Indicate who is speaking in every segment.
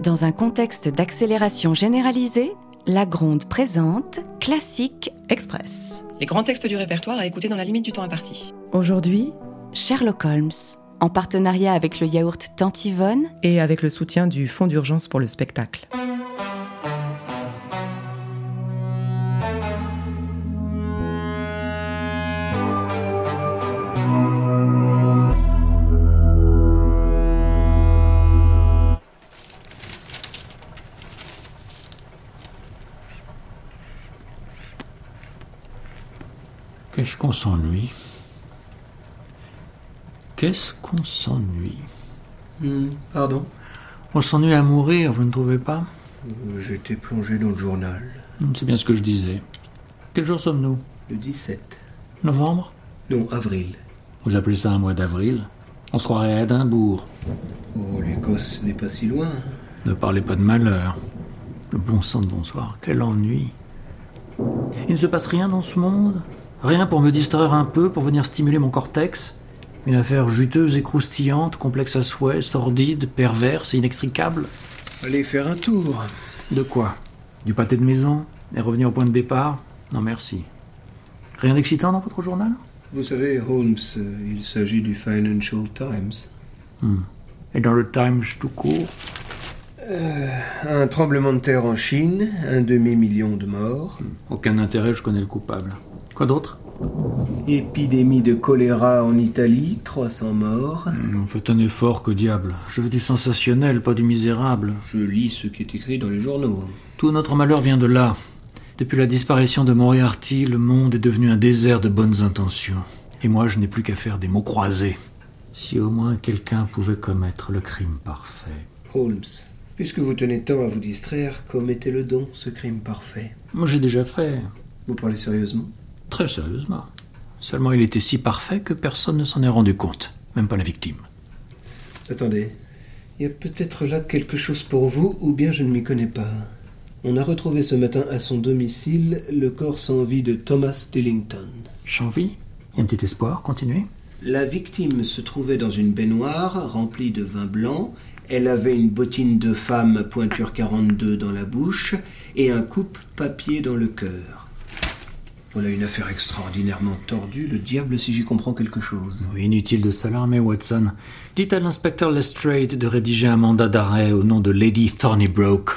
Speaker 1: Dans un contexte d'accélération généralisée, la Gronde présente Classique Express.
Speaker 2: Les grands textes du répertoire à écouter dans la limite du temps imparti.
Speaker 3: Aujourd'hui,
Speaker 1: Sherlock Holmes, en partenariat avec le yaourt Tantivonne,
Speaker 3: et avec le soutien du Fonds d'urgence pour le spectacle.
Speaker 4: Qu'est-ce qu'on s'ennuie Qu'est-ce qu'on s'ennuie
Speaker 5: Hmm, pardon
Speaker 4: On s'ennuie à mourir, vous ne trouvez pas
Speaker 5: J'étais plongé dans le journal.
Speaker 4: Hmm, C'est bien ce que je disais. Quel jour sommes-nous
Speaker 5: Le 17.
Speaker 4: Novembre
Speaker 5: Non, avril.
Speaker 4: Vous appelez ça un mois d'avril On se croirait à Édimbourg.
Speaker 5: Oh, l'Écosse n'est pas si loin.
Speaker 4: Ne parlez pas de malheur. Le bon sang de bonsoir, quel ennui. Il ne se passe rien dans ce monde Rien pour me distraire un peu, pour venir stimuler mon cortex Une affaire juteuse et croustillante, complexe à souhait, sordide, perverse et inextricable
Speaker 5: Allez faire un tour.
Speaker 4: De quoi Du pâté de maison Et revenir au point de départ Non merci. Rien d'excitant dans votre journal
Speaker 5: Vous savez, Holmes, euh, il s'agit du Financial Times.
Speaker 4: Et dans le Times tout court
Speaker 5: Un tremblement de terre en Chine, un demi-million de morts,
Speaker 4: Aucun intérêt, je connais le coupable. Quoi d'autre
Speaker 5: épidémie de choléra en Italie, 300 morts.
Speaker 4: On fait Hmm, un effort, que diable. Je veux du sensationnel, pas du misérable.
Speaker 5: Je lis ce qui est écrit dans les journaux.
Speaker 4: Tout notre malheur vient de là. Depuis la disparition de Moriarty, le monde est devenu un désert de bonnes intentions. Et moi, je n'ai plus qu'à faire des mots croisés. Si au moins quelqu'un pouvait commettre le crime parfait.
Speaker 5: Holmes, puisque vous tenez tant à vous distraire, commettez-le donc, ce crime parfait.
Speaker 4: Moi, j'ai déjà fait.
Speaker 5: Vous parlez sérieusement
Speaker 4: Très sérieusement. Seulement, il était si parfait que personne ne s'en est rendu compte. Même pas la victime.
Speaker 5: Attendez, il y a peut-être là quelque chose pour vous, ou bien je ne m'y connais pas. On a retrouvé ce matin à son domicile le corps sans vie de Thomas Dillington.
Speaker 4: Chanvy Il y a un petit espoir, continuez.
Speaker 5: La victime se trouvait dans une baignoire remplie de vin blanc. Elle avait une bottine de femme à pointure 42 dans la bouche et un coupe-papier dans le cœur. Voilà une affaire extraordinairement tordue, le diable si j'y comprends quelque chose.
Speaker 4: Oui, Inutile de s'alarmer, Watson. Dites à l'inspecteur Lestrade de rédiger un mandat d'arrêt au nom de Lady Thornybrook.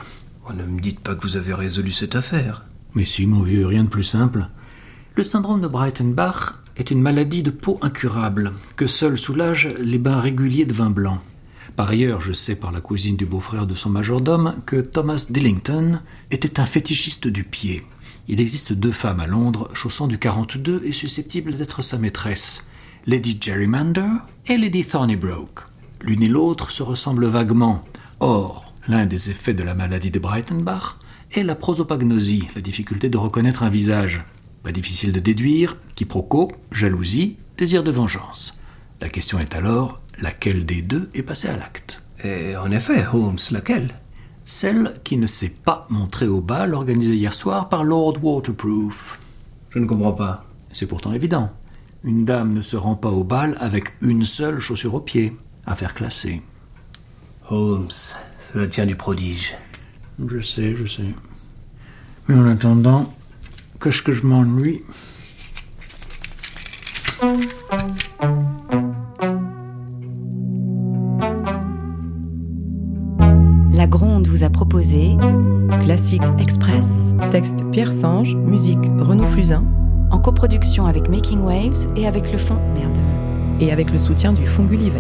Speaker 5: Oh, ne me dites pas que vous avez résolu cette affaire.
Speaker 4: Mais si, mon vieux, rien de plus simple. Le syndrome de Breitenbach est une maladie de peau incurable que seuls soulagent les bains réguliers de vin blanc. Par ailleurs, je sais par la cousine du beau-frère de son majordome que Thomas Dillington était un fétichiste du pied. Il existe deux femmes à Londres chaussant du 42 et susceptibles d'être sa maîtresse, Lady Gerrymander et Lady Thornybrook. L'une et l'autre se ressemblent vaguement. Or, l'un des effets de la maladie de Breitenbach est la prosopagnosie, la difficulté de reconnaître un visage. Pas difficile de déduire, quiproquo, jalousie, désir de vengeance. La question est alors, laquelle des deux est passée à l'acte
Speaker 5: Et en effet, Holmes, laquelle
Speaker 4: Celle qui ne s'est pas montrée au bal organisée hier soir par Lord Waterproof.
Speaker 5: Je ne comprends pas.
Speaker 4: C'est pourtant évident. Une dame ne se rend pas au bal avec une seule chaussure au pied. Affaire classée.
Speaker 5: Holmes, cela tient du prodige.
Speaker 4: Je sais, je sais. Mais en attendant, qu'est-ce que je m'ennuie
Speaker 1: la Gronde vous a proposé,
Speaker 3: Classique Express. Texte Pierre Sange, musique Renaud Flusin
Speaker 1: en coproduction avec Making Waves et avec le Fonds Merde.
Speaker 3: et avec le soutien du Fonds Gulliver.